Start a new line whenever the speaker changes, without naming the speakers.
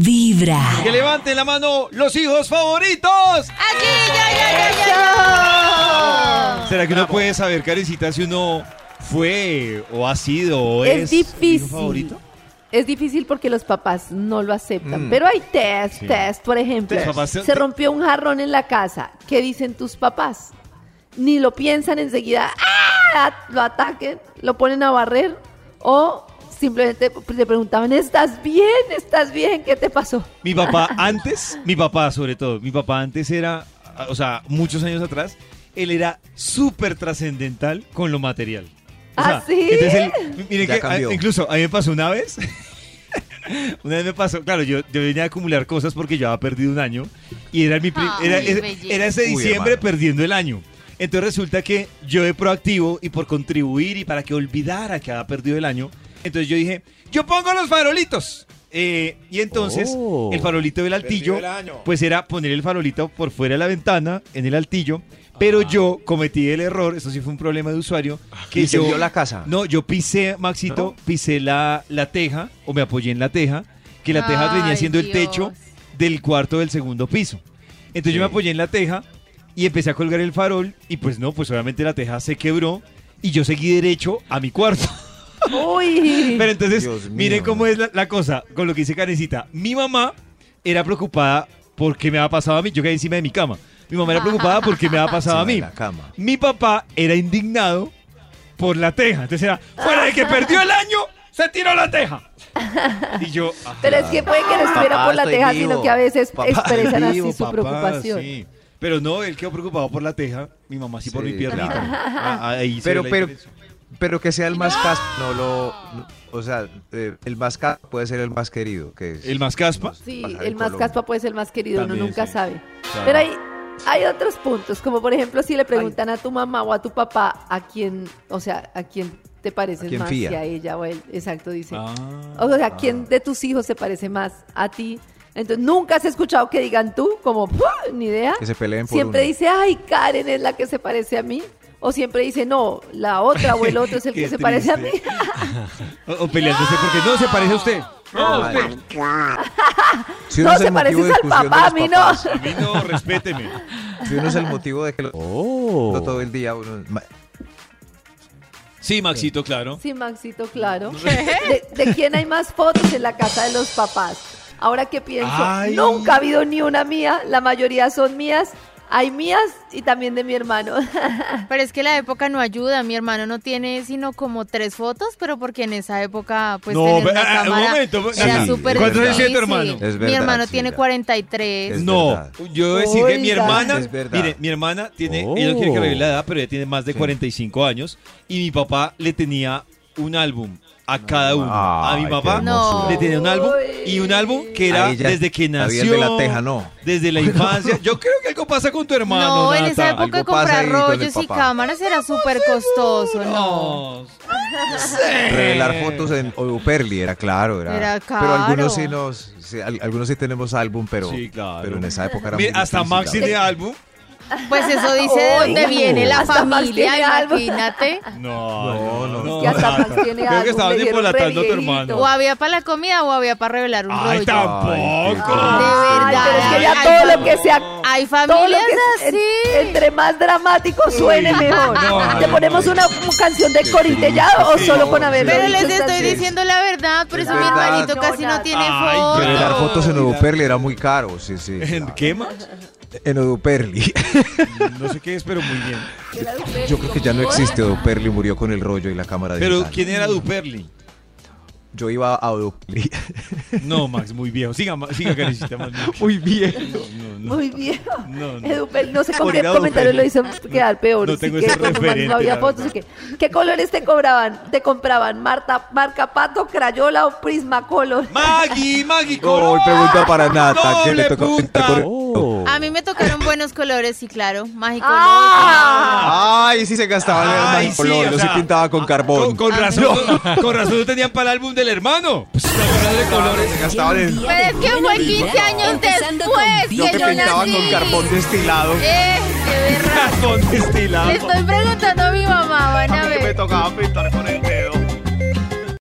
Vibra.
Que levanten la mano los hijos favoritos.
Aquí, yo, yo, yo, yo.
¿Será que uno puede saber, Karencita, si uno fue o ha sido o es,
Es
hijo
difícil.
favorito?
Es difícil porque los papás no lo aceptan. Pero hay test,
Mm. Sí.
test, por ejemplo.
Los papás se-
Se rompió un jarrón en la casa. ¿Qué dicen tus papás? Ni lo piensan enseguida. ¡Ah! Lo ataquen, lo ponen a barrer o simplemente te preguntaban, ¿estás bien? ¿Estás bien? ¿Qué te pasó?
Mi papá antes, mi papá sobre todo, mi papá antes era, o sea, muchos años atrás, él era súper trascendental con lo material. O sea,
¿Ah, sí?
Entonces él, miren
Ya
que,
cambió.
a- incluso a mí me pasó una vez, una vez me pasó, claro, yo, yo venía a acumular cosas porque yo había perdido un año y era mi pri-
Ay,
era, era-
belleza.
era ese
Uy,
diciembre
hermano.
perdiendo el año. Entonces resulta que yo de proactivo y por contribuir y para que olvidara que había perdido el año, entonces yo dije, yo pongo los farolitos. Eh, y entonces
Oh.
el farolito del altillo,
el año.
pues era poner el farolito por fuera de la ventana, en el altillo, pero
Ah.
yo cometí el error, eso sí fue un problema de usuario, que
se
yo...
vio la casa.
No, yo pisé, Maxito, pisé la, la teja, o me apoyé en la teja, que la teja venía
Ay,
siendo el
Dios.
techo del cuarto del segundo piso. Entonces yo me apoyé en la teja y empecé a colgar el farol y pues no, pues obviamente la teja se quebró y yo seguí derecho a mi cuarto.
Uy.
Pero entonces,
Dios mío.
miren cómo es la, la cosa, con lo que dice Karencita. Mi mamá era preocupada porque me había pasado a mí. Yo caí encima de mi cama. Mi mamá era preocupada porque me había pasado a
Encima de
mí.
la cama.
Mi papá era indignado por la teja. Entonces era, fuera de que perdió el año, se tiró la teja. Y yo... ah,
Pero es que puede que no estuviera
Papá,
por la
estoy
teja,
vivo.
sino que a veces
Papá,
expresan
estoy
así
vivo,
su
papá,
preocupación.
sí. Pero no, él quedó preocupado por la teja. Mi mamá sí, por
Sí,
mi piernita.
claro.
Ah, ahí se
Pero-
ve la
pero-
diferencia.
Pero que sea el más caspa, no lo... no- o sea, eh, el más caspa puede ser el más querido. Que es-
¿El más caspa?
no sé,
Sí,
pasar
el más
Colombia.
caspa puede ser el más querido,
También,
uno nunca
sí.
sabe.
Claro.
Pero hay, hay otros puntos, como por ejemplo si le preguntan a tu mamá o a tu papá a quién, o sea, a quién te pareces
quién
más,
fía?
si a ella o a él, exacto, dice.
Ah.
o sea, quién de tus hijos se parece más a ti. Entonces, nunca has escuchado que digan tú, como, "Puh, ni idea.
Que se peleen por
Siempre
uno.
dice, ay, Karen es la que se parece a mí. O siempre dice, no, la otra o el otro es el
Qué
que se parece a mí.
triste. O, o peleándose porque no se parece a usted. No,
Ay,
usted.
Ah, Si
no,
es
se pareces
el motivo de
al
discusión de
papá, a
los
mí no.
papás,
A mí no, respéteme.
Si uno es el motivo de que lo...
Oh.
todo el día uno... ma-
Sí, Maxito, claro.
Sí, Maxito, claro.
¿Eh?
¿De, de quién hay más fotos en la casa de los papás? Ahora que pienso,
Ay.
nunca ha habido ni una mía, la mayoría son mías. Hay mías y también de mi hermano.
Pero es que la época no ayuda. Mi hermano no tiene sino como tres fotos, pero porque en esa época, pues,
No,
tener
pero,
una
ah, un
cámara
momento,
era
sí,
súper
es ¿cuántos años
difícil.
tiene tu hermano?
Es
Mi
verdad,
hermano
sí,
tiene
ya.
43.
Es
no,
verdad.
yo debo decir que mi
Oiga.
hermana,
Es verdad.
mire, mi hermana tiene, ella no quiere que revele la edad, pero ella tiene más de 45 años y mi papá le tenía un álbum a cada uno. a mi
Ay,
papá
qué
hermosura.
le tenía un álbum
Uy.
y un álbum que era
Ahí ya
desde que
había
nació,
el de la teja, no.
desde la infancia. Yo creo que algo pasa con tu hermano.
no, en esa
Nata.
época
Algo pasa
comprar
ahí con el
rollos y
papá.
cámaras era súper costoso, no.
No. sé.
Revelar fotos en o Perli era claro, era,
Era
Pero
caro.
algunos sí nos, sí, al- algunos sí tenemos álbum, pero,
Sí, claro.
pero en esa época era
Mire,
muy
hasta
difícil,
Max
la verdad.
tiene álbum.
Pues eso dice de dónde
Oiga.
viene la
Hasta Max
familia,
tiene algo.
imagínate.
No, no, no.
que hasta
Nata.
Max tiene
Creo
algo,
que estaban
le dieron
embolatando a tu
reviejito.
hermano.
O había para la comida o había para revelar un
Ay,
rollo.
tampoco.
Ay, pero es que ya
Ay,
todo
ay,
lo que sea.
Hay
Todo lo
familias
que
así.
en- entre más dramático suene
Uy,
mejor.
no,
¿Le
no,
ponemos
no.
una canción de corintellado o
sí,
solo
no,
con haberlo
Pero
dicho
les estoy
estas veces?
diciendo la verdad, por
Es
eso mi
verdad.
hermanito
No,
casi no
nada.
tiene
Ay,
Revelar
claro.
fotos en Oduperli era muy caro, sí, sí.
¿En
claro.
qué, Max?
En Oduperli.
No sé qué es, pero muy bien.
Yo creo que ya no existe Oduperli, murió con el rollo y la cámara
Pero
digital.
¿quién era Duperli?
Yo iba a Oduperli.
No, Max, muy viejo. Siga, Ma- siga Karencita, más bien.
muy bien.
No, no,
Muy bien.
no, no.
Edu Pel- no sé con qué
Obrigado,
comentario
Pel.
lo hizo quedar peor.
no
sí
tengo
que
ese
con tu mano
referente,
No había
la
fotos.
verdad.
sí que- ¿Qué colores te cobraban? ¿Te compraban Marta, marca Pato, Crayola o Prismacolor?
Maggie, Maggie,
Hoy pregunta para Nata, ¿qué
Doble
le tocó
punta. Oh,
comentar con
A mí me tocaron buenos colores, sí, claro. Mágico.
¡Ah!
Ay, sí se gastaban en
Ay,
más
sí,
color,
o
no se
sea,
pintaba con
Con,
Ah, carbón.
con razón, con razón no tenían para el álbum del hermano. Pues, ¿se acuerdan de colores?
se gastaban en...
Día
Pero
de
es que
buena
fue
vibra,
15 años
empezando
después
con
que
No te
vibra.
yo
pintaban
nací.
con carbón
este
destilado.
¡Eh! ¡Qué berraco.
Con
Le
destilado.
estoy preguntando a mi mamá, van a ver.
tocaba pintar con el